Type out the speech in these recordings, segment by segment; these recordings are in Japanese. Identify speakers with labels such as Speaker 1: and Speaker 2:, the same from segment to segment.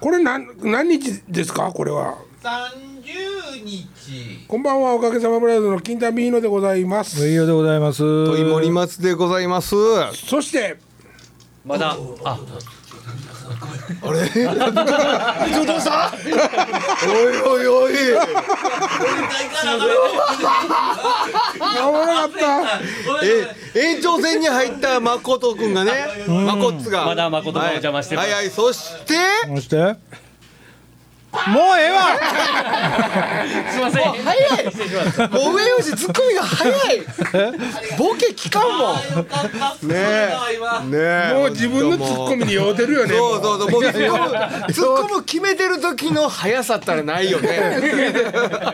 Speaker 1: これ何何日ですかこれは
Speaker 2: 三十日。
Speaker 1: こんばんはおかげさまブラザーズの金田美ひのでございます
Speaker 3: 栄養でございます。
Speaker 4: とい森松でございます。
Speaker 1: そして
Speaker 5: まだあ
Speaker 4: おいおい。
Speaker 1: あわなかった
Speaker 4: え、延長戦に入った誠くんがね、まこっつが。
Speaker 5: まだ誠がお邪魔してま
Speaker 4: は
Speaker 5: す
Speaker 4: いはいはい、そして。
Speaker 3: そして。もうええ わ。
Speaker 5: すいません
Speaker 4: 早い。もう上吉ツッコミが早い。ボケ聞かんもん。
Speaker 2: よかったっす。
Speaker 4: ねえ。ねえ。
Speaker 1: もう自分のツッコミに酔うてるよね
Speaker 4: そうそう
Speaker 1: も
Speaker 4: そう、もう突っ込む、突っ込む決めてる時の速さったらな いよね。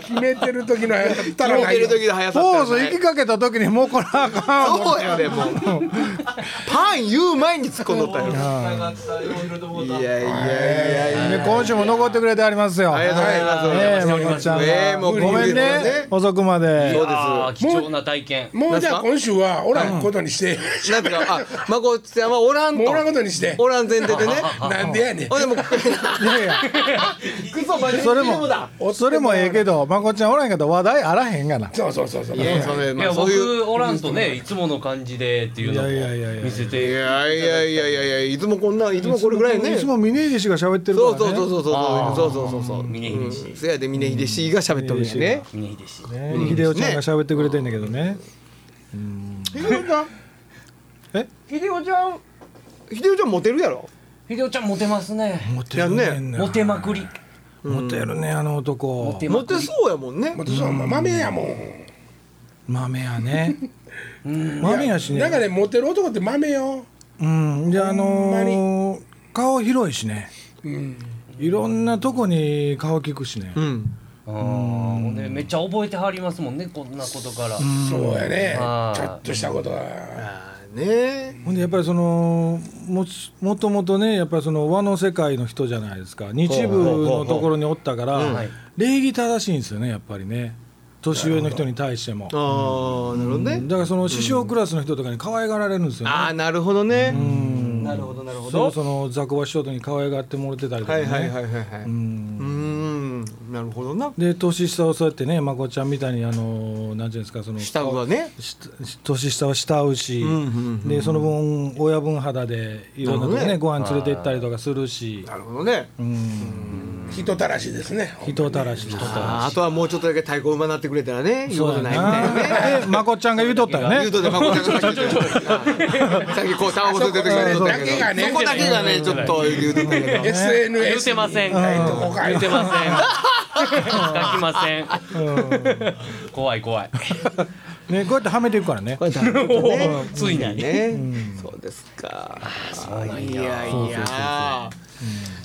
Speaker 1: 決めてる時のやった
Speaker 4: 決
Speaker 1: ら
Speaker 4: め
Speaker 1: な
Speaker 4: て
Speaker 1: い
Speaker 4: る
Speaker 1: よ
Speaker 4: 時の速さっ
Speaker 3: ポ
Speaker 4: た
Speaker 3: ー
Speaker 4: ら
Speaker 3: ズ
Speaker 4: な
Speaker 3: 行き
Speaker 4: い。
Speaker 3: かけた時にもうこれあかん思っ
Speaker 4: そう
Speaker 3: て。
Speaker 4: やでもう。パン言う前に突っ込んどったよ。
Speaker 2: よかった。いろいろと思っ
Speaker 4: い
Speaker 2: た
Speaker 4: やいやいやいや。
Speaker 3: ね今週も残ってくれてありますよ。
Speaker 4: ありがとうございます。
Speaker 3: ねえ、まこっちゃんが。
Speaker 4: ええもう
Speaker 3: ごめんね、遅くまで
Speaker 4: そ。う
Speaker 5: あー
Speaker 4: で
Speaker 5: 貴重な体験
Speaker 1: もうじゃ
Speaker 4: な
Speaker 1: あ
Speaker 4: んすか
Speaker 1: 今週はおらんことにして
Speaker 4: す。なんていうか、あ、まこっちゃんはおらん
Speaker 1: もう
Speaker 4: と
Speaker 1: お。らんことにして
Speaker 4: おらん前提でね。
Speaker 1: なんでやねん
Speaker 4: ほんでもう、
Speaker 3: いやいや。それも、それもええけど、まこっちゃんおらんけど、話題あらへんがな。
Speaker 1: そうそうそうそう
Speaker 4: いや、それ、
Speaker 5: い
Speaker 4: ま
Speaker 5: や
Speaker 4: あ、そういう。
Speaker 5: 僕おらんとねいつもの感じでっていうの
Speaker 3: いやいやいやい
Speaker 5: を
Speaker 3: や
Speaker 5: 見せ
Speaker 4: い
Speaker 5: て
Speaker 4: やいやいやいやいや、いつもこんな、いつもこれぐらいね。
Speaker 3: いつも峰岸が喋ってるか
Speaker 4: そ
Speaker 3: ら
Speaker 4: う
Speaker 3: ね。
Speaker 4: そうそうそうそう
Speaker 5: あー
Speaker 4: そうそうそうそう。
Speaker 5: 峰秀氏
Speaker 4: うんせやで峰秀氏が喋ってるしね。
Speaker 5: 峰秀氏
Speaker 3: ね秀夫ちゃんが喋ってくれてんだけどね。え
Speaker 4: 秀夫ちゃん、秀夫ちゃんモテるやろ。
Speaker 5: 秀夫ちゃんモテますね
Speaker 3: モテ
Speaker 4: るね
Speaker 5: モテまくり
Speaker 3: モテるね、あの男。
Speaker 5: テま
Speaker 4: モ
Speaker 5: く
Speaker 4: テ
Speaker 5: り
Speaker 4: そうやもんね。
Speaker 1: もうそうまあ豆やもん
Speaker 3: 豆やね。豆やし
Speaker 1: なんか
Speaker 3: ね。
Speaker 1: ねモテる男って豆よ
Speaker 3: うん、じゃあ、あ
Speaker 1: ほんま
Speaker 3: のー、顔広いしね。いろんなとこに顔利くしね
Speaker 4: う。ん。
Speaker 5: あーほんでめっちゃ覚えてはりますもんねこんなことから
Speaker 1: そうやね
Speaker 5: あー
Speaker 1: ちょっとしたことは
Speaker 4: あーね
Speaker 3: ほんでやっぱりそのもしもともとねやっぱりその和の世界の人じゃないですか日部のところにおったから
Speaker 5: はい
Speaker 3: 礼儀正しいんですよねやっぱりね年上の人に対しても
Speaker 4: ああ、なるほどね。
Speaker 3: だからその師匠クラスの人とかに可愛がられるんですよね
Speaker 4: ああ、なるほどね。なるほど、なるほ
Speaker 3: そ
Speaker 4: ど
Speaker 3: う。その雑魚場師匠とに可愛がってもらってたりとか
Speaker 4: はいはい
Speaker 3: ね
Speaker 4: はいはいはい。う
Speaker 3: う
Speaker 4: ー
Speaker 3: ん
Speaker 4: ん、なるほどな。
Speaker 3: で年下をそうやってねまこちゃんみたいにあのなんていうんですかその
Speaker 4: 下はね。
Speaker 3: し年下は慕うし、
Speaker 4: んうんうん
Speaker 3: でその分親分肌でいろんなとこ
Speaker 4: なるほど
Speaker 3: ね
Speaker 4: ね
Speaker 3: ご飯連れて行ったりとかするし、
Speaker 4: なるほどね。
Speaker 3: うん、
Speaker 1: 人たらしですね
Speaker 3: 人たらし人たらし
Speaker 4: あーあとはもうちょっとだけ太鼓馬になってくれたらね、言う
Speaker 3: そ
Speaker 4: こ
Speaker 3: う
Speaker 4: と
Speaker 3: だ
Speaker 4: ないみたいなね。
Speaker 3: な。で、まこっちゃんが言うとったよ
Speaker 4: 言
Speaker 3: ね
Speaker 4: う。とでまこちゃんがさっき言ってたさっきこうタワーを取ってた時に言うとった
Speaker 1: そこだけがね
Speaker 4: けど、そこだけがね、ちょっと言うとったけど。
Speaker 1: SNS
Speaker 5: 言うてません
Speaker 1: ないとこか
Speaker 5: 言
Speaker 1: よ
Speaker 5: うてません書きません怖い怖い
Speaker 3: ね、こうやってはめていくからね。
Speaker 5: ついに
Speaker 4: ね、そうですか。いやいや。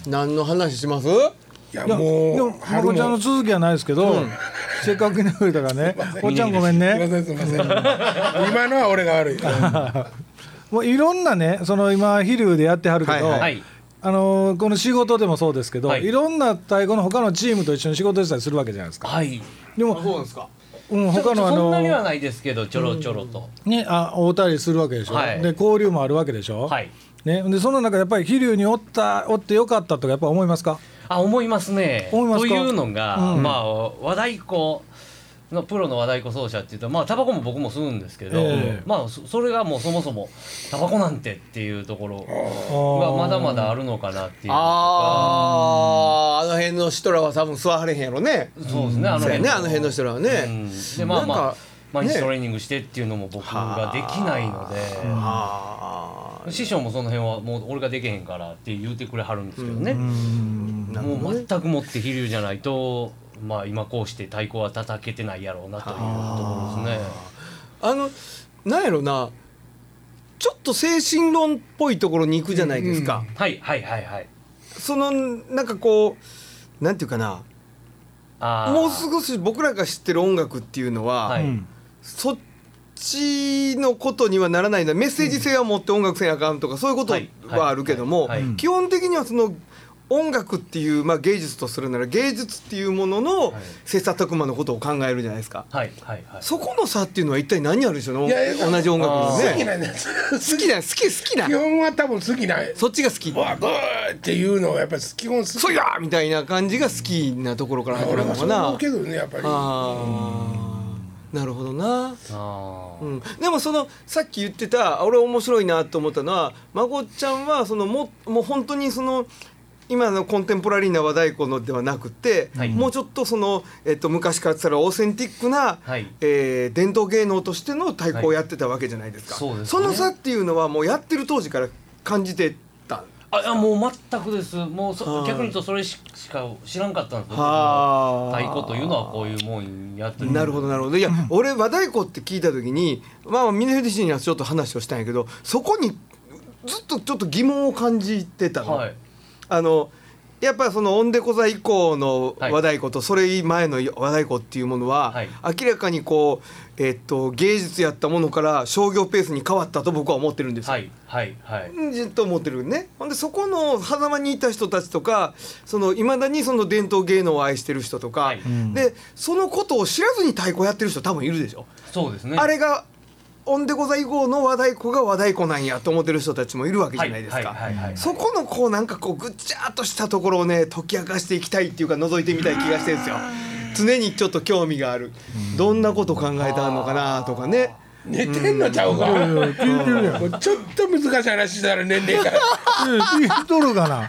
Speaker 4: 何の話します？
Speaker 1: いや
Speaker 3: いやで
Speaker 1: もう
Speaker 3: も、まこちゃんの続きはないですけど、せっかく来てくれたからね。おっちゃんごめん
Speaker 1: すいま
Speaker 3: ね。
Speaker 1: せんすいません今のは俺が悪い
Speaker 3: もういろんなね、その今、飛龍でやってはるけど、
Speaker 4: はい
Speaker 5: はい
Speaker 3: あのーこの仕事でもそうですけど、、
Speaker 5: はいい
Speaker 3: ろんな太鼓の他のチームと一緒に仕事したりするわけじゃないですか。
Speaker 5: はい
Speaker 3: でも、
Speaker 4: そうですか。
Speaker 3: うん、
Speaker 5: 他
Speaker 3: 他の
Speaker 5: の
Speaker 3: あ
Speaker 5: そん
Speaker 3: の
Speaker 5: なには
Speaker 3: ー
Speaker 5: ないですけどちょろちょろと
Speaker 3: ね、あ、会うたりするわけでしょ。
Speaker 5: はい
Speaker 3: で、交流もあるわけでしょ。
Speaker 5: はい
Speaker 3: ね、で、その中、やっぱり飛龍におった、おってよかったとか、やっぱ思いますか。
Speaker 5: あ思いますね。
Speaker 3: 思います
Speaker 5: と
Speaker 3: か
Speaker 5: いうのが、
Speaker 3: うん
Speaker 5: まあ和太鼓のプロの和太鼓奏者っていうとまあタバコも僕も吸うんですけど、
Speaker 3: ええ
Speaker 5: まあそそれがもうそもそもタバコなんてっていうところ
Speaker 3: あ
Speaker 5: が
Speaker 3: ー
Speaker 5: まだまだあるのかなっていうのとか。
Speaker 4: ああ、あの辺のシトラは多分座はれへんやろね。
Speaker 5: そうですねあの
Speaker 4: そうや
Speaker 5: 辺
Speaker 4: ね、あの辺の人らは
Speaker 5: う
Speaker 4: ね。
Speaker 5: ん、でまあま
Speaker 4: なん
Speaker 5: あ
Speaker 4: か
Speaker 5: 毎日
Speaker 4: ね
Speaker 5: トレーニングしてっていうのも僕ができないので。
Speaker 4: あ
Speaker 5: 師匠もその辺はもう俺ができへんからって言うてくれはるんですけどね、
Speaker 4: あ、なる
Speaker 5: も
Speaker 4: ほど
Speaker 5: う
Speaker 4: ね。
Speaker 5: 全くもって飛龍じゃないと、まあ、今こうして太鼓は叩けてないやろうなというところですね。
Speaker 4: あの、なんやろな。ちょっと精神論っぽいところに行くじゃないですか。
Speaker 5: はいはいはいはい。
Speaker 4: そのなんかこう、なんていうかな。
Speaker 5: あー
Speaker 4: もうすぐす僕らが知ってる音楽っていうのは、
Speaker 5: はい
Speaker 3: うん
Speaker 4: そっちのことにはならないんだメッセージ性は持って音楽せなあかんとかそういうこと
Speaker 5: はい
Speaker 4: はあるけども
Speaker 5: はいはい
Speaker 4: 基本的にはその音楽っていう、まあ、芸術とするなら芸術っていうものの
Speaker 5: はい
Speaker 4: 切磋琢磨のことを考えるじゃないですか、
Speaker 5: はいはいはい
Speaker 4: そこの差っていうのは一体何あるんでしょうね
Speaker 1: いやいや
Speaker 4: 同じ音楽
Speaker 5: あ
Speaker 4: に
Speaker 1: 好き
Speaker 4: ね
Speaker 1: なんです
Speaker 4: 好きだよ好き好きだ
Speaker 1: 基本は多分好きな
Speaker 4: そっちが好き
Speaker 1: うわグーっていうのはやっぱり基本好き
Speaker 4: そうやみたいな感じが好きなところから始ま
Speaker 1: 俺
Speaker 4: るの
Speaker 1: はそ
Speaker 4: か
Speaker 1: う
Speaker 4: な
Speaker 1: 思うけどねやっぱり
Speaker 4: あーなるほどな、
Speaker 5: あ
Speaker 4: う
Speaker 5: ー
Speaker 4: ん、でもそのさっき言ってた俺面白いなと思ったのは孫ちゃんはそのももう本当にその今のコンテンポラリーな和太鼓のではなくて、
Speaker 5: はい
Speaker 4: もうちょっとその、えっと、昔からしたらオーセンティックな、
Speaker 5: はい
Speaker 4: えー伝統芸能としての太鼓をやってたわけじゃないですか、
Speaker 5: はいそうですね
Speaker 4: の差っていうのはもうやってる当時から感じてた
Speaker 5: あいやもう全くですもうそ
Speaker 4: はい
Speaker 5: 逆に言うとそれししか知らんかったんですよ
Speaker 4: はあ
Speaker 5: 太鼓というのはこういうもんやって
Speaker 4: なるほどなるほどいや、俺和太鼓って聞いた時にまあ峰秀氏にはちょっと話をしたんやけどそこにずっとちょっと疑問を感じてたの、
Speaker 5: はい
Speaker 4: あのやっぱりそのオンデコ座以降の和
Speaker 5: はい
Speaker 4: 太鼓とそれ前の和太鼓っていうものは、
Speaker 5: はい
Speaker 4: 明らかにこう、えっと、芸術やったものから商業ペースに変わったと僕は思ってるんですよ
Speaker 5: はいはいはい
Speaker 4: ずっと思ってるねほんでそこの狭間にいた人たちとかいまだにその伝統芸能を愛してる人とか、
Speaker 5: はい
Speaker 3: うん
Speaker 4: でそのことを知らずに太鼓やってる人多分いるでしょ、
Speaker 5: そうですね
Speaker 4: あれが「オンデコ座以降の和太鼓が和太鼓なんや」と思ってる人たちもいるわけじゃないですか、
Speaker 5: はいはいはいはい
Speaker 4: そこのこうなんかこうぐっちゃーっとしたところをね解き明かしていきたいっていうか覗いてみたい気がしてるんですよ常にちょっと興味があるどんなこと考えたのかなとかね
Speaker 1: 寝てんのちゃうか
Speaker 3: 聞いてるやん。え
Speaker 1: もうちょっと難しい話したら年齢から
Speaker 3: 聞いとるかな。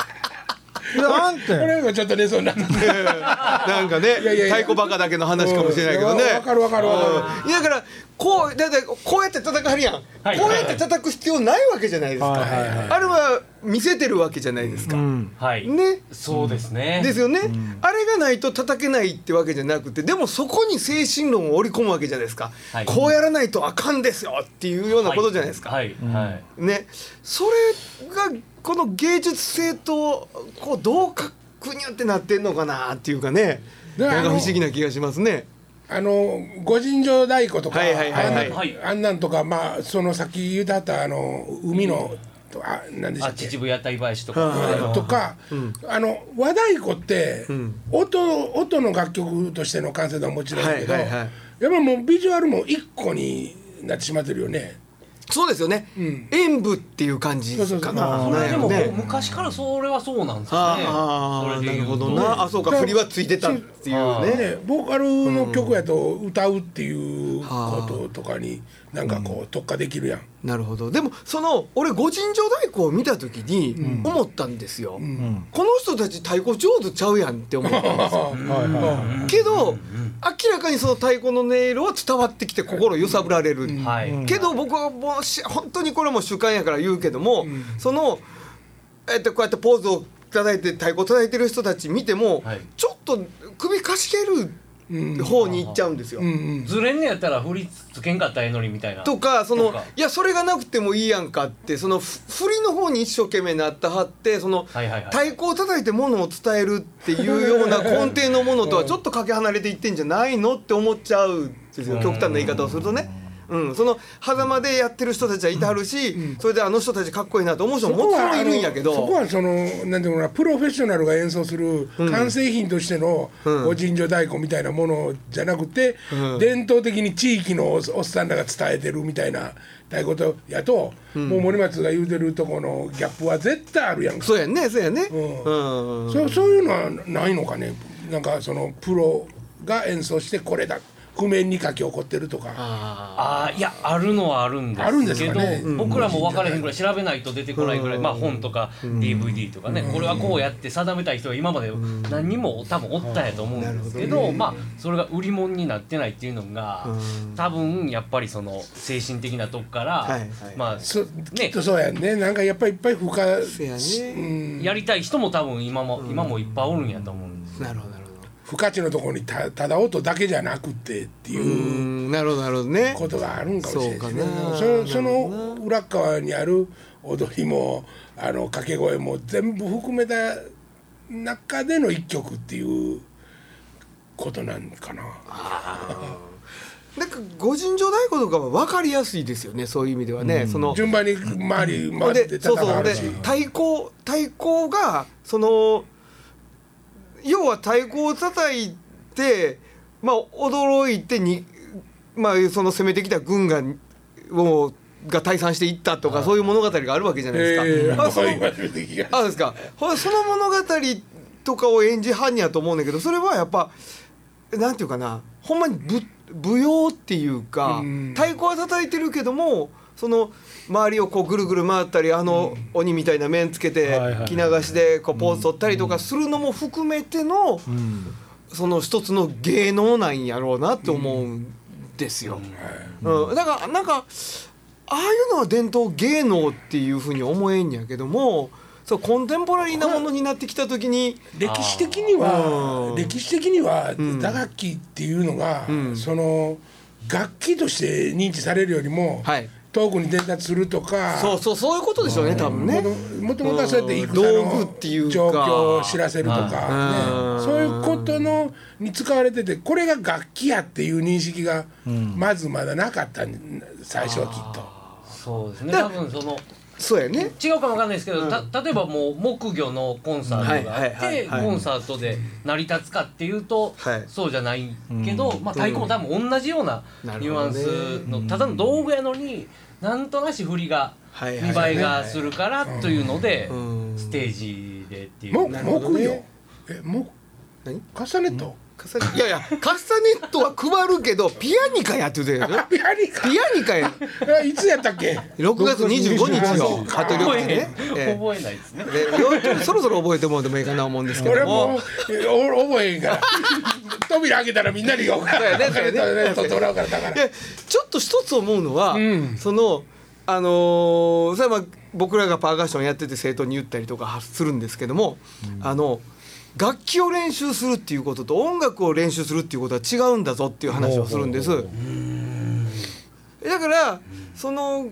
Speaker 3: いやあんて。
Speaker 1: 俺がちょっと寝そうになって
Speaker 4: なんかね
Speaker 1: やいやいや
Speaker 4: 太鼓バカだけの話かもしれないけどね
Speaker 1: うんいやわかるわかるわかる
Speaker 4: うんいやだからこうだってこうやって叩くはるやん、
Speaker 5: はい
Speaker 4: こうやって叩く必要ないわけじゃないですか、
Speaker 3: はいはいはい
Speaker 4: あれは見せてるわけじゃないですか、
Speaker 3: うん。
Speaker 5: はい
Speaker 4: ね
Speaker 5: そうですね
Speaker 4: ですよね、あれがないと叩けないってわけじゃなくてでもそこに精神論を織り込むわけじゃないですか、
Speaker 5: はい
Speaker 4: こうやらないとあかんですよっていうようなことじゃないですか、
Speaker 5: はいはい
Speaker 4: ねそれがこの芸術性とこうどうかくにゅってなってんのかなっていうかね
Speaker 1: ね
Speaker 4: なん
Speaker 1: あ
Speaker 4: か
Speaker 1: の
Speaker 4: 不思議な気がしますね。
Speaker 1: あの五尋城太鼓とか、
Speaker 4: はいはいはい
Speaker 1: あん
Speaker 4: はい
Speaker 1: な
Speaker 5: はい
Speaker 1: あんなんとかまあその先言うたったあの海の、あなんでした
Speaker 5: あ
Speaker 1: っけ
Speaker 5: 秩父屋台林と
Speaker 4: は
Speaker 5: か
Speaker 1: とか、あの和太鼓って、音音の楽曲としての完成度はもちろんだけど、
Speaker 4: はいはいはい
Speaker 1: やっぱもうビジュアルも一個になってしまってるよね。
Speaker 4: そうですよね、演舞っていう感じかな
Speaker 1: そうそうそうあ
Speaker 5: それでも
Speaker 4: なんやろね
Speaker 5: 昔からそれはそうなんですよね
Speaker 4: あーあー
Speaker 5: それ
Speaker 4: な
Speaker 5: で
Speaker 4: る
Speaker 5: 言
Speaker 4: ほ
Speaker 5: うと
Speaker 4: どなあそうか振りはついてたっていう
Speaker 5: あ
Speaker 4: ね
Speaker 5: ー
Speaker 1: ね、ボーカルの曲やと歌うっていうこととかになんかこう特化できるやん。
Speaker 4: なるほどでもその俺五尋城太鼓を見た時に思ったんですよ、この人たち太鼓上手ちゃうやんって思ったんですよ
Speaker 3: はいは
Speaker 4: けど明らかにその太鼓の音色は伝わってきて心揺さぶられる、
Speaker 5: はい
Speaker 4: けど僕はもうし本当にこれも主観やから言うけども、その、えっと、こうやってポーズを叩いて太鼓叩いてる人たち見ても、
Speaker 5: はい
Speaker 4: ちょっと首かしげる方に行っちゃうんですよ。
Speaker 1: うん
Speaker 5: ずれんねやったら振りつけんかったらええのにみたいな
Speaker 4: とかその
Speaker 5: とか
Speaker 4: いやそれがなくてもいいやんかってそのふ振りの方に一生懸命なったはってその、
Speaker 5: はいはいはい
Speaker 4: 太鼓を叩いてものを伝えるっていうような 根底のものとはちょっとかけ離れていってんじゃないのって思っちゃうんですよ極端な言い方をするとね。うん、その狭間でやってる人たちはいてはるし、それであの人たちかっこいいなと思う人ももちろんいるんやけど
Speaker 1: そこはそのなんていうのかなプロフェッショナルが演奏する完成品としてのご尋常太鼓みたいなものじゃなくて、伝統的に地域のおっおっさんらが伝えてるみたいな太鼓とやと、もう森松が言うてるとこのギャップは絶対あるやんか、
Speaker 4: そうやんねそうやんね、
Speaker 1: ん
Speaker 4: うん
Speaker 1: そそういうのはないのかねなんかそのプロが演奏してこれだ譜面に書き起こってるとか
Speaker 5: あーいやあるのはあるんで
Speaker 1: あるんですす
Speaker 5: け
Speaker 1: か
Speaker 5: ど
Speaker 1: ねうん
Speaker 5: 僕らも分からへんぐらい調べないと出てこないぐらい、まあ、本とか DVD とかね、これはこうやって定めたい人は今まで何人も多分おったんやと思うんですけど、まあ、それが売り物になってないっていうのが、多分やっぱりその精神的なとこから、
Speaker 4: はいはい
Speaker 5: まあ
Speaker 1: そきっ
Speaker 5: ね
Speaker 1: とそうやんねなんかやっぱりいっぱい負荷
Speaker 4: そうや
Speaker 1: う
Speaker 4: ね
Speaker 1: ん
Speaker 5: やりたい人も多分今も、今もいっぱいおるんやと思うんですよ。
Speaker 4: なるほどなるほど
Speaker 1: 不価値のところにたただ音だけじゃなくてって
Speaker 4: う
Speaker 1: いうん
Speaker 4: なるほどなるほどね
Speaker 1: ことがあるんかもしれないね
Speaker 4: そうかな
Speaker 1: そのその裏っ側にある踊りもあの掛け声も全部含めた中での一曲っていうことなんかな。
Speaker 4: なんか五尋城太鼓とかは分かりやすいですよねそういう意味ではね、その
Speaker 1: 順番に回り
Speaker 4: ほ
Speaker 1: 回
Speaker 4: ん
Speaker 1: って
Speaker 4: でそ
Speaker 1: 叩
Speaker 4: うそう
Speaker 1: か
Speaker 4: ほん
Speaker 1: る
Speaker 4: で
Speaker 1: し。
Speaker 4: 対抗対抗がその要は太鼓を叩いてまあ驚いてにまあその攻めてきた軍がをが退散していったとかそういう物語があるわけじゃないですか。
Speaker 1: ええ
Speaker 4: まあその
Speaker 1: ー、
Speaker 4: あそうですかほその物語とかを演じはんやと思うんだけどそれはやっぱなんていうかなほんまにぶ舞踊っていうか
Speaker 1: うん
Speaker 4: 太鼓は叩いてるけどもその周りをこうぐるぐる回ったりあの鬼みたいな面つけて
Speaker 3: はいはい
Speaker 4: 着流しでこうポーズ取ったりとかするのも含めての
Speaker 3: うん
Speaker 4: その一つの芸能なんやろうなって思うんですよ。うん、だからなんかああいうのは伝統芸能っていうふうに思えんやけどもそうコンテンポラリーなものになってきた時に
Speaker 1: 歴史的に
Speaker 4: う
Speaker 1: は
Speaker 4: ん
Speaker 1: 歴史的には
Speaker 4: ん
Speaker 1: 打楽器っていうのが、
Speaker 4: ん
Speaker 1: その楽器として認知されるよりも、
Speaker 4: はい
Speaker 1: 遠くに伝達するとか
Speaker 4: そうそうそういうことでしょうね多分ね。
Speaker 1: もともとはそうやって
Speaker 4: う
Speaker 1: 戦
Speaker 4: ん道具っていう
Speaker 1: の
Speaker 4: か
Speaker 1: 状況を知らせるとか、
Speaker 4: うん
Speaker 1: ね、そういうことのに使われててこれが楽器やっていう認識がまずまだなかったん最初はきっと。
Speaker 5: そうですね多分その
Speaker 4: そうやね。
Speaker 5: 違うかもわかんないですけど、た例えばもう木魚のコンサートがあって、
Speaker 4: はいはいはいはい
Speaker 5: コンサートで成り立つかっていうと、
Speaker 4: はい
Speaker 5: そうじゃないけど、まあ、太鼓も多分同じような
Speaker 4: なるほ
Speaker 5: ニ
Speaker 4: ど
Speaker 5: ュアンスの、ただの道具やのになんとなし振りが見
Speaker 4: はいはいはい
Speaker 5: 栄えがするからというので、
Speaker 4: うん
Speaker 5: ステージでっていう。
Speaker 1: も
Speaker 4: なるほど
Speaker 1: 木
Speaker 4: ね
Speaker 1: よえも
Speaker 4: 何
Speaker 1: カスタネット
Speaker 4: カサいやいやカスタネットは配るけどピアニカやって言うてるよ
Speaker 1: あピアニカ
Speaker 4: ピアニカや
Speaker 1: えいつやったっけ
Speaker 4: 6月25日のカトリッ
Speaker 5: 覚
Speaker 4: ク
Speaker 5: え
Speaker 4: ね。ええ
Speaker 5: 覚えないですね。
Speaker 4: でようそろそろ覚えてもらってもいいかな思うんですけ
Speaker 1: 俺
Speaker 4: ども。
Speaker 1: もえお覚えへんから扉開けたらみんなに言おうか
Speaker 4: そうやねそうやね
Speaker 1: 取ってもらうからだから
Speaker 4: でちょっと一つ思うのは、
Speaker 1: ん
Speaker 4: そのあのーそれはまあ僕らがパーカッションやってて生徒に言ったりとかはするんですけども、あの楽器を練習するっていうことと音楽を練習するっていうことは違うんだぞっていう話をするんです。だからその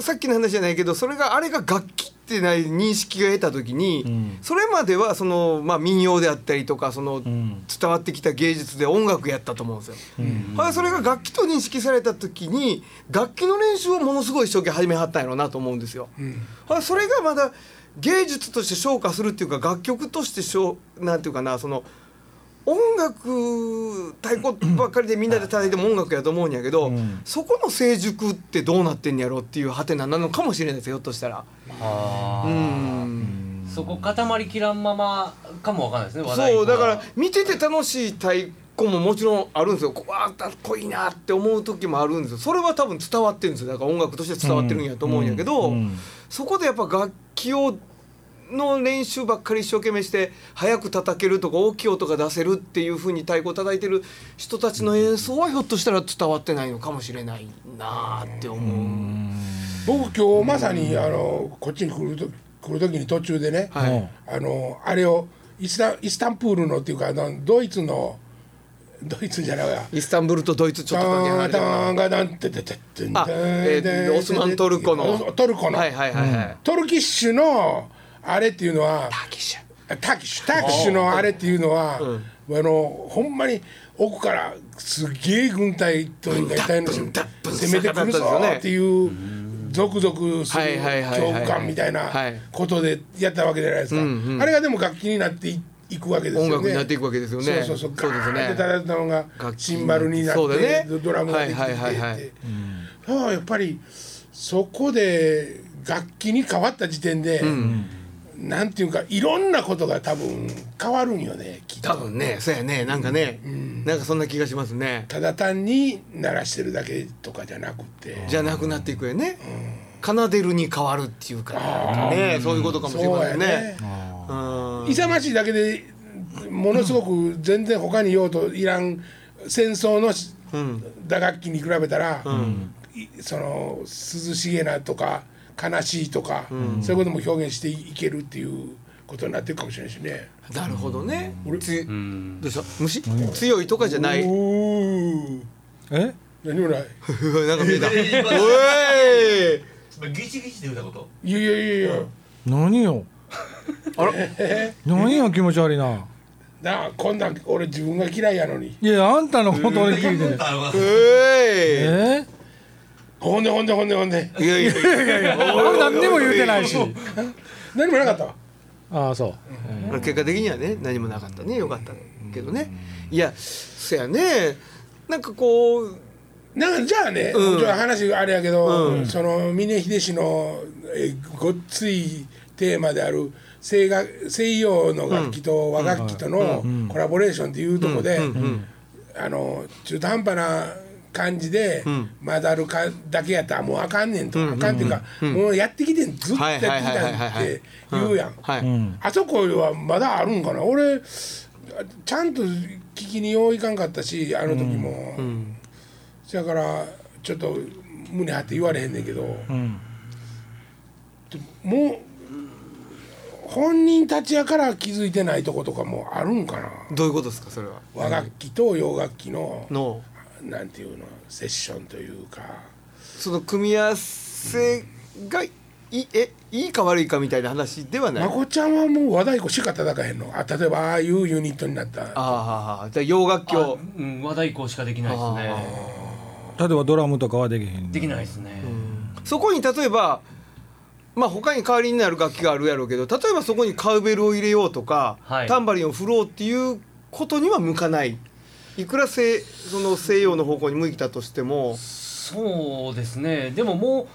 Speaker 4: さっきの話じゃないけどそれがあれが楽器ってない認識が得た時に、
Speaker 3: ん
Speaker 4: それまではその、まあ、民謡であったりとかその、
Speaker 3: ん
Speaker 4: 伝わってきた芸術で音楽やったと思うんですよ。はいそれが楽器と認識された時に楽器の練習をものすごい一生懸命始めはったんやろうなと思うんですよ。はいそれがまだ芸術として昇華するっていうか楽曲としてしょうなんていうかなその音楽太鼓ばっかりでみんなで叩いても音楽やと思うんやけど、
Speaker 3: ん
Speaker 4: そこの成熟ってどうなってんやろうっていうハテナなのかもしれないですよひょっとしたら。
Speaker 5: あ
Speaker 4: う
Speaker 5: ー
Speaker 4: ん
Speaker 5: そこ固まりきらんままかもわかんないですね。話題
Speaker 4: そうだか
Speaker 5: は
Speaker 4: ら見てて楽しい太鼓ももちろんあるんですよこわーかっこいいなって思う時もあるんですよそれは多分伝わってるんですよだから音楽として伝わってるんやと思うんやけど、
Speaker 3: うんうん
Speaker 4: そこでやっぱ楽器をの練習ばっかり一生懸命して早く叩けるとか大きい音が出せるっていう風に太鼓を叩いてる人たちの演奏はひょっとしたら伝わってないのかもしれないなーって思う。
Speaker 1: 僕今日まさにあのこっちに来ると来る時に途中でね、
Speaker 4: はい
Speaker 3: うん
Speaker 1: あのあれをイスタイスタンプールのっていうかあのドイツのドイツじゃないわ
Speaker 4: イスタンブルとドイツちょっとだけ離れてるな
Speaker 1: ガダンってててて
Speaker 4: あえーオスマントルコの
Speaker 1: トルコの、
Speaker 4: はいはいはいはい、
Speaker 1: トルキッシュのあれっていうのは
Speaker 4: タキシャ
Speaker 1: タキッシュタキッシュのあれっていうのは、あのほんまに奥からすげえ軍隊というか一体の
Speaker 4: ブンダッブンダッブン
Speaker 1: 攻めてくるぞっていうゾクゾクする
Speaker 4: はいはいはいはい
Speaker 1: 恐怖感みたいな
Speaker 4: はい
Speaker 1: ことでやったわけじゃないですか、
Speaker 4: んうん
Speaker 1: あれがでも楽器になっていいくわけですよね
Speaker 4: 音楽になっていくわけですよね
Speaker 1: そうそうそう
Speaker 4: そうですね
Speaker 1: ガーンって叩いたのが
Speaker 4: 楽器
Speaker 1: シンバルになって、
Speaker 4: そうだね
Speaker 1: ドラムができて
Speaker 4: はい
Speaker 1: って、
Speaker 4: はいはいはい
Speaker 1: ああやっぱりそこで楽器に変わった時点で、なんていうかいろんなことが多分変わるんよねきっ
Speaker 4: 多
Speaker 1: と
Speaker 4: 分ねそうやねなんかね、なんかそんな気がしますね
Speaker 1: ただ単に鳴らしてるだけとかじゃなくて
Speaker 4: じゃなくなっていくよね、奏でるに変わるっていうかなんかね、そういうことかもしれ
Speaker 1: そ
Speaker 4: ま
Speaker 1: う
Speaker 4: せ
Speaker 1: や
Speaker 4: んね
Speaker 1: ね
Speaker 4: うん
Speaker 1: 勇ましいだけでものすごく全然他に用途いらん戦争のし打楽器に比べたら、いその涼しげなとか悲しいとか、そういうことも表現していけるっていうことになってるかもしれないしね。
Speaker 4: なるほどね、
Speaker 1: 俺
Speaker 4: つどうした虫、強いとかじゃないうう
Speaker 1: ー
Speaker 3: え
Speaker 1: 何もない。
Speaker 4: わなんか見えたお
Speaker 2: え
Speaker 4: い
Speaker 2: ギチギチで歌うこと
Speaker 1: いやいやいやいや。
Speaker 3: 何よ
Speaker 4: あら
Speaker 3: 何や気持ち悪いな
Speaker 1: なあこんなん俺自分が嫌いやのに。
Speaker 3: いやあんたのこと俺聞いてる
Speaker 2: あの
Speaker 4: え
Speaker 3: え
Speaker 1: ほんでほんでほんでほんで。
Speaker 4: いいやいやいや
Speaker 3: 俺何にも言うてないし
Speaker 1: 何もなかったわ。
Speaker 3: ああそう、
Speaker 4: まあ結果的にはね何もなかったねよかったけどねいやそやねなんかこう
Speaker 1: なんかじゃあね、
Speaker 4: うん
Speaker 1: じゃあ話あれやけど、
Speaker 4: うん
Speaker 1: その峰秀氏のえごっついテーマである西が西洋の楽器と和楽器とのコラボレーションっていうとこで、あの中途半端な感じで、まだるかだけやったらもうあかんねんと、あかんっていうか、もうやってきてんずっとやってきたって言うやん。
Speaker 4: はい、
Speaker 1: あそこはまだあるんかな俺ちゃんと聞きによういかんかったしあの時も、そやからちょっと胸張って言われへんねんけど、もう本人たちやから気づいてないとことかもあるんかな
Speaker 4: どういうことですかそれは
Speaker 1: 和楽器と洋楽器の、
Speaker 4: の
Speaker 1: なんていうのセッションというか
Speaker 4: その組み合わせがいいえいいか悪いかみたいな話ではない
Speaker 1: まこちゃんはもう和太鼓しか叩かへんのあ例えばああいうユニットになった
Speaker 4: ああじゃあ洋楽器
Speaker 5: あ
Speaker 4: を
Speaker 5: うん、和太鼓しかできないですね
Speaker 3: 例えばドラムとかはできへん
Speaker 5: できないですね、
Speaker 4: そこに例えばまあ他に代わりになる楽器があるやろうけど例えばそこにカウベルを入れようとか、
Speaker 5: はい
Speaker 4: タンバリンを振ろうっていうことには向かないいくら西その西洋の方向に向いたとしても
Speaker 5: そうですねでもも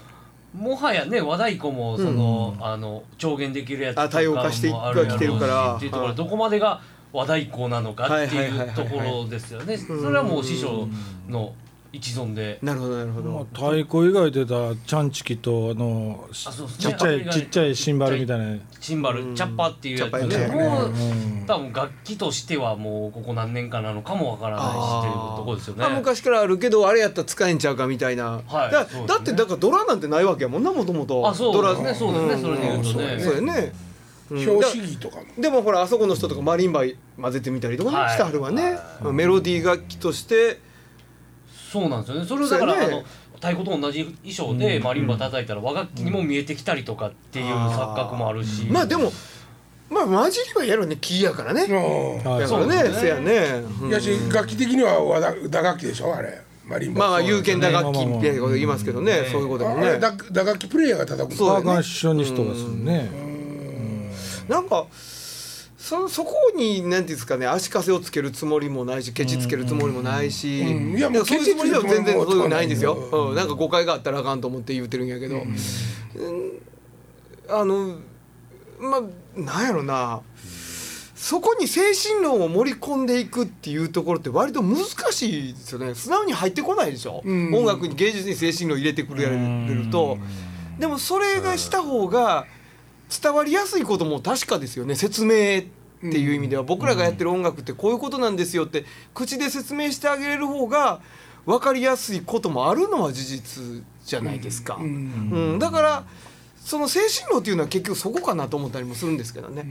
Speaker 5: うもはやね和太鼓もその、あの調弦できるやつとか
Speaker 4: あ多様化して
Speaker 5: もあるやろう
Speaker 4: きてるから
Speaker 5: っていうところ
Speaker 4: はい
Speaker 5: どこまでが和太鼓なのかって
Speaker 4: はいはいはいいうはいは
Speaker 5: と
Speaker 4: い
Speaker 5: ころですよねそれはもう師匠の一存で
Speaker 4: なるほどなるほど、
Speaker 3: まあ、太鼓以外でたチャンチキとあのし
Speaker 5: あそうです
Speaker 3: ち
Speaker 5: ね
Speaker 3: っちゃ
Speaker 5: あれ
Speaker 3: い
Speaker 5: が
Speaker 3: ちっちゃいシンバルみたいな、
Speaker 5: シンバル、チャッパーっていうやつ
Speaker 4: チャッパーね
Speaker 5: もう、
Speaker 3: うん
Speaker 5: 多分楽器としてはもうここ何年かなのかもわからないしっていうところですよね
Speaker 4: まあ、昔からあるけどあれやったら使えんちゃうかみたいな、
Speaker 5: はい
Speaker 4: だ
Speaker 5: そうですね
Speaker 4: だってだからドラなんてないわけやもんなもともと
Speaker 5: あそうですね
Speaker 4: ド
Speaker 5: そう
Speaker 4: ラ
Speaker 5: ですねそれで言うとね、
Speaker 4: そうやね、うん
Speaker 1: 表
Speaker 4: だ
Speaker 1: 紙儀とかも。
Speaker 4: でもほらあそこの人とかマリンバ混ぜてみたりとかね
Speaker 5: はい
Speaker 4: してはるわね、まあメロディー楽器として
Speaker 5: そうなんですよねそれをだから、
Speaker 4: そうや
Speaker 5: あ
Speaker 4: ね
Speaker 5: の太鼓と同じ衣装でマリンバ叩いたら和楽器にも見えてきたりとかっていう錯覚もあるし、
Speaker 4: まあでもまあ混じりはやろね木やからね
Speaker 1: うん
Speaker 3: はい
Speaker 4: やからね
Speaker 5: そう
Speaker 4: せ
Speaker 5: ですね
Speaker 4: やね、うん
Speaker 1: いやし楽器的には和だ打楽器でしょあれマリンバ
Speaker 4: まあ
Speaker 1: そう
Speaker 4: 有権打楽器みたいなこと言いますけどね、
Speaker 5: うん
Speaker 4: そういうこと
Speaker 1: あ
Speaker 4: も
Speaker 1: あれ
Speaker 4: ね
Speaker 1: 打打楽器プレイヤーが叩く
Speaker 4: そうだ
Speaker 1: の
Speaker 4: ね
Speaker 3: パーカッショニストがするね、
Speaker 4: なんかそそこに何ていうんですかね足かせをつけるつもりもないしケチつけるつもりもないし、
Speaker 1: うんいやもう
Speaker 4: そういうつもりでは
Speaker 1: ケチつけ
Speaker 4: 全
Speaker 1: るつもりも
Speaker 4: 然そういうのないんですよ、
Speaker 1: つ
Speaker 4: うんなんか誤解があったらあかんと思って言うてるんやけど、うんあのまあなんやろなそこに精神論を盛り込んでいくっていうところって割と難しいですよね素直に入ってこないでしょ、
Speaker 1: うん
Speaker 4: 音楽に芸術に精神論入れてくれると、でもそれがした方が伝わりやすいことも確かですよね説明っていう意味では僕らがやってる音楽ってこういうことなんですよって口で説明してあげれる方が分かりやすいこともあるのは事実じゃないですか、う
Speaker 1: うんん
Speaker 4: だからその精神論っていうのは結局そこかなと思ったりもするんですけどね、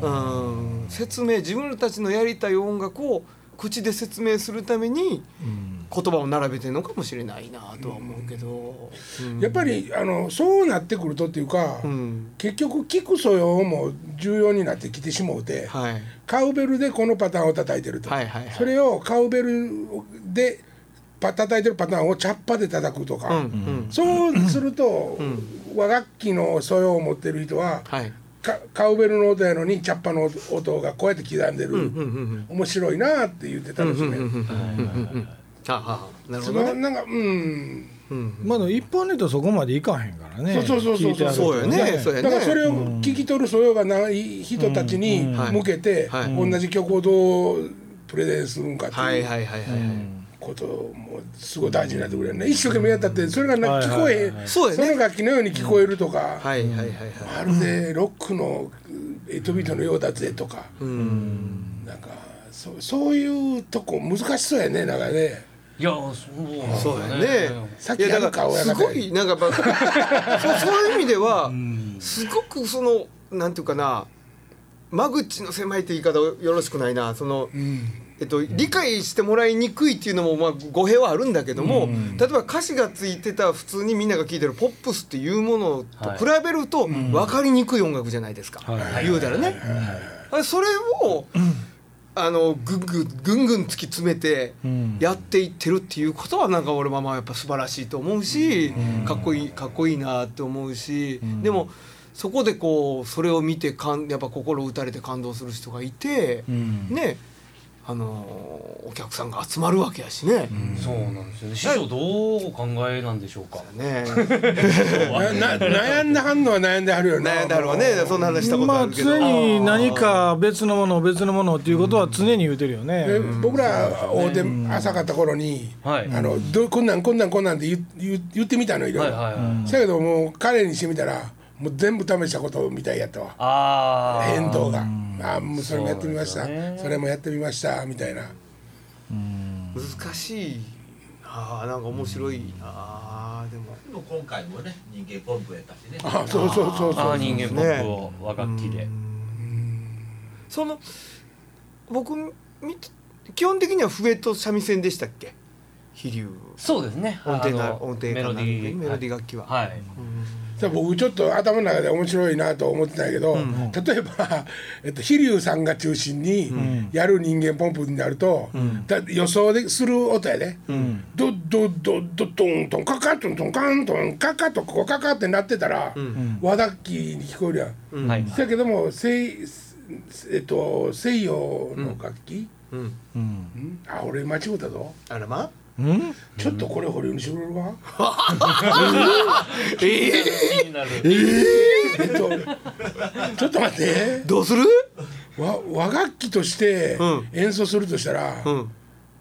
Speaker 4: うん、説明自分たちのやりたい音楽を口で説明するために言葉を並べてるのかもしれないなとは思うけど、うん
Speaker 1: やっぱりあのそうなってくるとっていうか、
Speaker 4: うん
Speaker 1: 結局聞く素養も重要になってきてしもうて、
Speaker 4: はい、
Speaker 1: カウベルでこのパターンを叩いてると、
Speaker 4: はいはいはい
Speaker 1: それをカウベルでパ叩いてるパターンをチャッパで叩くとか、
Speaker 4: うんうん
Speaker 1: そうすると、和楽器の素養を持ってる人は、
Speaker 4: はい
Speaker 1: かカウベルの音やのにチャッパの音がこうやって刻んでる、
Speaker 4: うんうんうん
Speaker 1: 面白いなって言ってたんですね。
Speaker 4: あああなる
Speaker 1: そ
Speaker 4: ほど
Speaker 1: の
Speaker 4: ね
Speaker 1: なんかうん、
Speaker 3: まあでも一般で言うとそこまでいかへんからね
Speaker 1: そうそうそうそう
Speaker 3: 聞いてあると
Speaker 4: そうよねそう
Speaker 1: だ
Speaker 4: や
Speaker 1: か
Speaker 4: ね
Speaker 1: らそれを聞き取る素養がない人たちに
Speaker 4: はい
Speaker 1: 向けて、
Speaker 4: はい
Speaker 1: 同じ曲をどうプレゼンするんかって
Speaker 4: は
Speaker 1: い
Speaker 4: い
Speaker 1: う
Speaker 4: はいはいはい、
Speaker 1: こともすごい大事になってくるよね一生懸命やったってそれがな
Speaker 3: はい
Speaker 1: 聞こえ、
Speaker 3: はいはい
Speaker 4: そうや
Speaker 1: その
Speaker 4: ね
Speaker 1: 楽器のように聞こえるとか、
Speaker 4: はいはいはいはい
Speaker 1: まるでロックの人々のようだぜとか、
Speaker 4: うん
Speaker 1: なんかそうそういうとこ難しそうやねなんかね
Speaker 5: いやそうなんです
Speaker 4: そ
Speaker 5: よ
Speaker 4: うや
Speaker 5: ね
Speaker 4: ね
Speaker 1: さっ
Speaker 4: い
Speaker 1: き
Speaker 4: や
Speaker 1: や
Speaker 4: だ
Speaker 1: る
Speaker 4: か
Speaker 1: から親
Speaker 4: す
Speaker 1: 方
Speaker 4: ごいなんかやっ ぱそうそういう意味ではすごくそのなんていうかな間口の狭いって言い方よろしくないなその、えっと、理解してもらいにくいっていうのもまあ語弊はあるんだけども、例えば歌詞がついてた普通にみんなが聴いてるポップスっていうものと比べると分かりにくい音楽じゃないですか、
Speaker 3: は
Speaker 4: 言うたらね。あそれを、あのぐんぐんぐんぐん突き詰めて
Speaker 3: ん
Speaker 4: やっていってるっていうことはなんか俺はまあやっぱ素晴らしいと思うし、かっこいいかっこいいなって思うし、でもそこでこうそれを見てかんやっぱ心打たれて感動する人がいて、ねあのーお客さんが集まるわけやしね。
Speaker 5: そうなんですよね師匠どうお考えなんでしょうか
Speaker 4: ね
Speaker 1: なな悩んだ反応は悩んではるよな
Speaker 4: 悩んだろう ねそんな話したこと
Speaker 3: ま
Speaker 4: あ
Speaker 3: あ
Speaker 4: るけ
Speaker 3: 常
Speaker 4: ど、
Speaker 3: に何か別のものを別のものをっていうことは常に言うてるよね、
Speaker 1: で僕ら大手朝かった頃に、
Speaker 5: はい
Speaker 1: あのどこんなんこんなんこんなんで言言言ってみたのいろ
Speaker 5: はいい
Speaker 1: ろ。
Speaker 5: はいはい
Speaker 1: だけどもう彼にしてみたらもう全部試したことみたいやったわ
Speaker 5: あー
Speaker 1: 返答が「ああもうそれもやってみました
Speaker 5: そ
Speaker 1: そう
Speaker 5: ですよね
Speaker 1: れもやってみました」みたいな
Speaker 4: 難しいなあなんか面白いなあでも
Speaker 2: でも今回もね人間ポンプやったしね
Speaker 1: あそうそうそう
Speaker 5: あ
Speaker 1: そ
Speaker 5: ー
Speaker 1: う
Speaker 5: 人間ポップを和楽器で
Speaker 4: その僕み基本的には笛と三味線でしたっけ飛龍
Speaker 5: そうですね
Speaker 4: 音程
Speaker 5: あ
Speaker 4: な
Speaker 5: の
Speaker 4: 音程かな
Speaker 5: メロディー
Speaker 4: メロディー楽器は、
Speaker 5: はい
Speaker 1: さあ僕ちょっと頭の中で面白いなと思ってたんやけど、例えば、 えっと、飛龍さんが中心にやる人間ポンプになると、だ予想でする音やね、ドドドドドントンカカトントンカントンカカとここカカってなってたら、和楽器に聞こえるやん。
Speaker 5: はい
Speaker 1: だけども西,、えっと、西洋の楽器、
Speaker 4: うん、
Speaker 1: んあ俺間違うたぞ、
Speaker 4: あらま
Speaker 3: うん、
Speaker 1: ちょっとこれ保留にしてくれるわ
Speaker 4: ええ
Speaker 5: 気になる
Speaker 1: えっとちょっと待って
Speaker 4: どうする
Speaker 1: 和和楽器として
Speaker 4: うん
Speaker 1: 演奏するとしたら「
Speaker 4: うん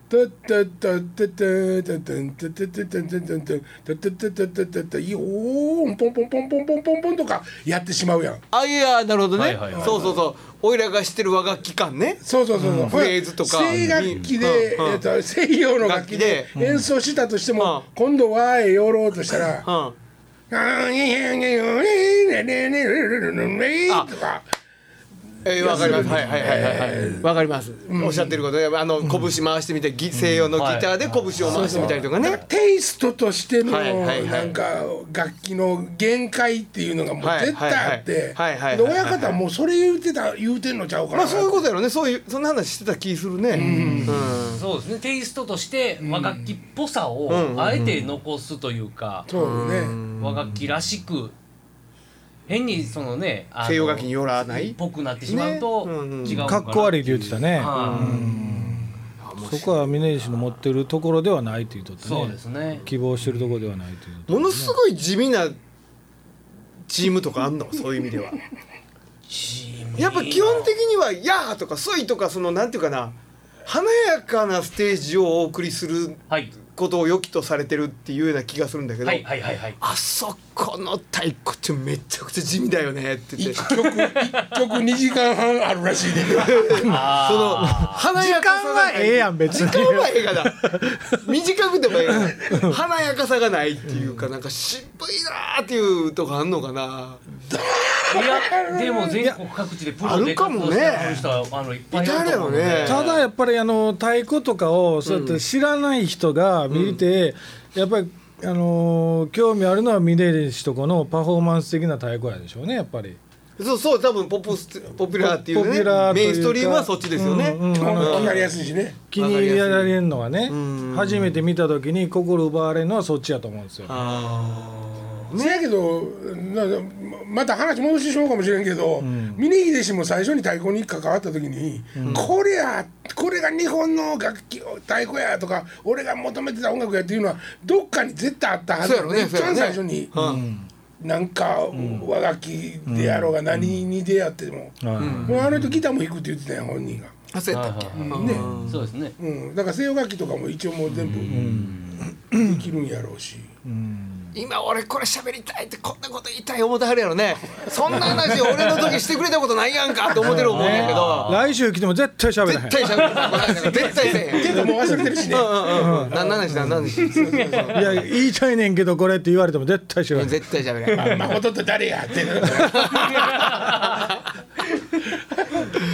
Speaker 1: タッタッタッタッタッタッタッタッタッタッタッタッタッタッタッタッタッタッタッタッおーんポンポンポンポンポンポンポン」とかやってしまうやん。
Speaker 4: あいやなるほどね、
Speaker 5: はいはいはい
Speaker 4: そうそうそうおいらが知ってる和楽器感ね
Speaker 1: そうそうそうそう、
Speaker 4: フレーズとか
Speaker 1: 西楽器で、
Speaker 4: うんうん
Speaker 1: えっと西洋の楽器で
Speaker 4: 楽器
Speaker 1: 演奏したとしても、
Speaker 4: うん
Speaker 1: 今度和へ寄ろうとしたら
Speaker 4: う、ん
Speaker 1: あとか
Speaker 4: えー、わかりますはいはいはいはいはいわかります、おっしゃってることであの拳回してみたりぎ西洋のギターで拳を回してみたりとかね、
Speaker 1: テイストとしての
Speaker 4: はいはいはい
Speaker 1: なんか楽器の限界っていうのがもう
Speaker 4: はい
Speaker 1: 絶対あって
Speaker 4: はいはいはいはいはい
Speaker 1: で親方はもうそれ言うてた言うてんのちゃうかな
Speaker 4: まあそういうことやろねそういうそんな話してた気するねうん
Speaker 5: そうですねテイストとして和楽器っぽさをあえて残すというか
Speaker 1: そうね
Speaker 5: 和楽器らしく変にそのねあの
Speaker 4: 西洋楽器によらない
Speaker 5: っぽくなってしまうと
Speaker 4: ねうんうん
Speaker 5: 違うの
Speaker 3: かっこ悪いって言ってたね、
Speaker 5: はい
Speaker 3: そこは峰岸の持ってるところではないって言うとったね
Speaker 5: そうですね
Speaker 3: 希望してるところではないというと
Speaker 4: ものすごい地味なチームとかあんのそういう意味ではやっぱ基本的には「やー」とか「そい」とかそのなんていうかな華やかなステージをお送りする
Speaker 5: はい
Speaker 4: ことを良きとされてるっていうような気がするんだけど、
Speaker 5: はいはいはいはい
Speaker 4: あそこの太鼓ってめちゃくちゃ地味だよねって言ってその
Speaker 1: 結局2時間半あるらしい ね
Speaker 5: あ
Speaker 4: 華やかさがない
Speaker 3: ん別
Speaker 4: 時間は映画だ短くても映画だ華やかさがないっていうかなんか渋いなーっていうとこあんのかな
Speaker 5: ーいやでも全国各地でプロで活動してはる人はあのいっぱいいると思うん
Speaker 4: いたやろ
Speaker 5: で
Speaker 4: ね
Speaker 3: ただやっぱりあの太鼓とかをそうやって知らない人が見て、やっぱりあのー興味あるのは峰岸とこのパフォーマンス的な太鼓やでしょうねやっぱり。
Speaker 4: そうそう多分ポップスポピュラーってい
Speaker 3: ポピ
Speaker 4: う
Speaker 3: ュラーというか
Speaker 4: ねメインストリームはそっちですよね、
Speaker 3: うんうんあの
Speaker 1: わかりやすいしね
Speaker 3: 気に入られるのはね
Speaker 4: ん
Speaker 3: 初めて見た時に心奪われるのはそっちやと思うんですよ。
Speaker 1: せやけどななまた話戻してしまうかもしれんけど峰秀氏も最初に太鼓に関わった時に「これやこれが日本の楽器太鼓や」とか「俺が求めてた音楽や」っていうのはどっかに絶対あったはず
Speaker 4: そうやろね
Speaker 1: 一
Speaker 4: そうやろ
Speaker 1: 番
Speaker 4: ね
Speaker 1: 最初に
Speaker 4: うん
Speaker 1: なんか和楽器でやろうが何に出会っても
Speaker 3: はい
Speaker 1: もうあの人ギターも弾くって言ってたよ本人が。
Speaker 4: あそうやったっけ、
Speaker 5: ねそうですね
Speaker 1: うん、だから西洋楽器とかも一応もう全部できるんやろうし、
Speaker 4: 今俺これ喋りたいってこんなこと言いたい思ってはるやろねそんな話俺の時してくれたことないやんかって思ってる思うんやけど
Speaker 3: 来週来ても絶対喋らへん
Speaker 4: 絶。対喋るこの 話絶対せえへん
Speaker 1: けどもう忘れてるしね
Speaker 4: うんうんうん何の話だ何の話そうそうそう
Speaker 3: いや言いたいねんけどこれって言われても絶対知らない。
Speaker 4: 絶対喋れない
Speaker 1: 誠って誰やっ てなる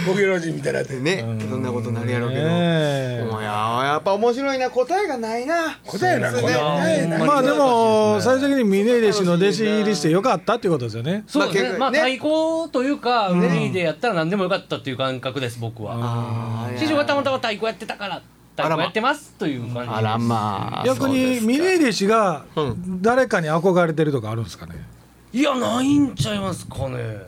Speaker 1: ボケ老人みたいになって
Speaker 4: ねそんなことなるやろうけど、
Speaker 3: ねえ
Speaker 4: おややっぱ面白いな答えがないな
Speaker 1: 答えな
Speaker 4: そう
Speaker 1: 答え
Speaker 4: ね
Speaker 1: ないな
Speaker 3: まあでも最終的に峰弟子の弟子入りしてよかったっていうことですよね。
Speaker 5: そうです
Speaker 4: ま
Speaker 5: ねま
Speaker 4: あ
Speaker 5: あ
Speaker 4: 結構ね
Speaker 5: 太鼓というかフリーでやったら何でもよかったっていう感覚です僕は
Speaker 4: あー
Speaker 5: 師匠がたまたま太鼓やってたから太
Speaker 4: あら
Speaker 5: 鼓
Speaker 4: ま
Speaker 5: やってますという感じ
Speaker 4: あらまあ
Speaker 3: 逆に
Speaker 4: そうですか
Speaker 3: 峰弟子が
Speaker 4: う
Speaker 3: 誰かに憧れてるとかあるんですかね。
Speaker 5: いやないんちゃいますかね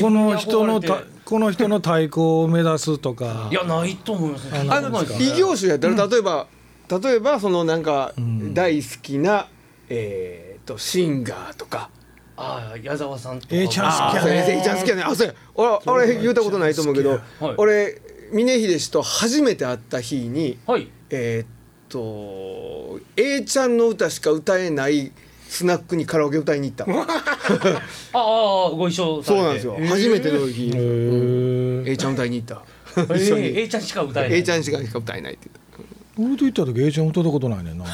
Speaker 3: この人の
Speaker 5: 自分に憧
Speaker 3: た
Speaker 5: れて
Speaker 3: この人の対抗を目指すとか
Speaker 5: いやないと思いますね
Speaker 4: あ
Speaker 5: そん
Speaker 4: の
Speaker 5: なことないです
Speaker 4: 異業種やったら例えば、例えばそのなんか大好きな、えー、とシンガーとか。
Speaker 5: ああ矢沢さんとか
Speaker 3: ええちゃん
Speaker 4: あ
Speaker 3: 好き
Speaker 4: あ
Speaker 3: や
Speaker 4: そう
Speaker 3: ね
Speaker 4: やねちゃん好きやねあそうや俺俺言うたことないと思うけど、
Speaker 5: はい
Speaker 4: 俺峰秀氏と初めて会った日に
Speaker 5: はい
Speaker 4: えーっと A ちゃんの歌しか歌えないスナックにカラオケ歌いに行った
Speaker 5: ああご一緒さ
Speaker 4: そう
Speaker 5: れて
Speaker 4: なんですよ、初めての日、
Speaker 3: へえ
Speaker 4: A ちゃん歌いに行った
Speaker 5: え
Speaker 4: 一緒に、
Speaker 5: え A ちゃんしか歌えない
Speaker 4: A ちゃんしか歌えないって言っ
Speaker 3: 俺と行った時 A ちゃん歌ったことないねんな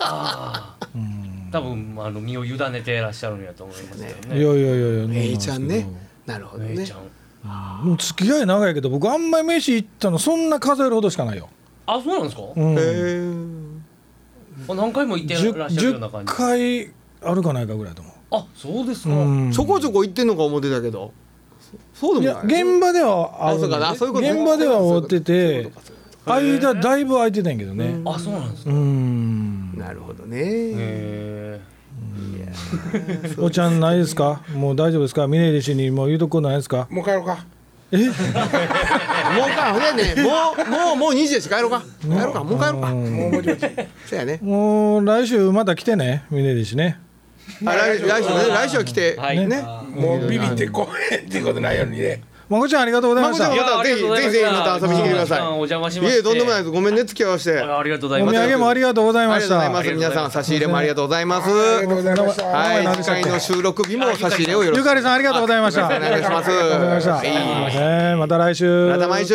Speaker 5: ああ多分あの身を委ねていらっしゃるんやと思いますけど
Speaker 3: い
Speaker 5: ね
Speaker 3: やいやいやいやなん
Speaker 4: た
Speaker 3: なん
Speaker 4: A ちゃん
Speaker 3: です
Speaker 4: ね
Speaker 3: けど
Speaker 4: なるほど
Speaker 5: A
Speaker 4: ね
Speaker 5: ちゃん
Speaker 3: もう付き合い長いけど僕あんまり飯行ったのそんな数えるほどしかないよ、
Speaker 5: あそうなんですか
Speaker 3: うん、
Speaker 4: へ
Speaker 3: 10,
Speaker 4: ー
Speaker 5: あ何回も行ってらっしゃるような感じ
Speaker 3: 回あるかないかぐらいだと思
Speaker 5: あそうですか
Speaker 3: う、うん、
Speaker 4: ちょこちょこ行ってんのか思ってたけどそそう
Speaker 3: い
Speaker 4: でも
Speaker 3: や
Speaker 4: ない
Speaker 3: 現場では会
Speaker 4: あ
Speaker 3: う
Speaker 4: そうかなそういうこと
Speaker 3: 現場では追って
Speaker 4: そうい
Speaker 3: て
Speaker 4: うことかそういうこと
Speaker 3: 間だいぶ空いてたんやけどね
Speaker 5: あそうなんです
Speaker 3: う
Speaker 5: ね
Speaker 4: か
Speaker 3: ん
Speaker 4: なるほどね
Speaker 5: へ
Speaker 3: おちゃんないですかもう大丈夫ですか峰岸氏にもう言うとこないですか
Speaker 1: もう帰ろうか
Speaker 3: え
Speaker 4: もうかほん でねもうもうもう2時やし帰ろうか帰ろうかもう帰ろうか
Speaker 1: もうぼちぼち
Speaker 4: そうやね
Speaker 3: もう来週また来てね峰岸氏ね
Speaker 4: あ来週来週ね来週は来て
Speaker 5: はい
Speaker 4: ね
Speaker 1: もうビビってこへんっていうことないようにね
Speaker 3: まこちゃんありがとうございまし
Speaker 4: ま
Speaker 3: た
Speaker 4: こ
Speaker 5: い
Speaker 4: ちゃん
Speaker 5: やありがとうござい
Speaker 4: ぜ
Speaker 5: ました
Speaker 4: ひぜひまた遊びに来てください
Speaker 5: お邪魔し
Speaker 4: い
Speaker 5: まし
Speaker 4: え
Speaker 5: て
Speaker 4: とんでもないですすごめんね付き合わせてあ
Speaker 5: ありがとうござい
Speaker 3: お
Speaker 5: ます
Speaker 3: 土産もありがとうございま
Speaker 4: りがとう
Speaker 3: し
Speaker 4: ござ
Speaker 3: た
Speaker 4: います皆さん差し入れもありがとうございます
Speaker 1: ありがとうございました
Speaker 4: はい次回の収録日も差し入れをよろし
Speaker 3: ゆ
Speaker 4: く
Speaker 3: かりさんありがとうございました
Speaker 4: お願いしま
Speaker 3: あ
Speaker 4: す
Speaker 3: りがとうございました、えーまた来週
Speaker 4: また毎週